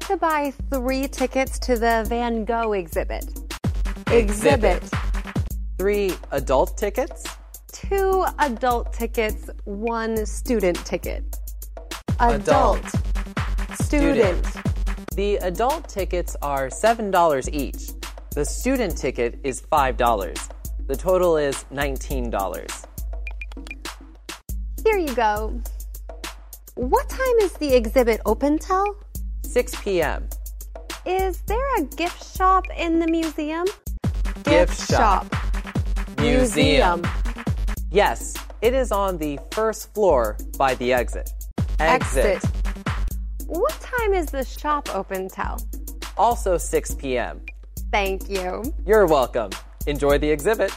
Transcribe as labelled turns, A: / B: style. A: to buy three tickets to the Van Gogh exhibit.
B: Exhibit.
A: Exhibit.
B: Three adult tickets?
A: Two adult tickets, one student ticket.
B: Adult.
A: Student.
B: The adult tickets are $7 each. The student ticket is $5. The total is $19.
A: Here you go. What time is the exhibit open till?
B: 6 p.m.
A: Is there a gift shop in the museum?
B: Gift shop.
A: Museum.
B: Yes, it is on the first floor by the exit.
A: What time is the shop open till?
B: Also 6 p.m.
A: Thank you.
B: You're welcome. Enjoy the exhibit.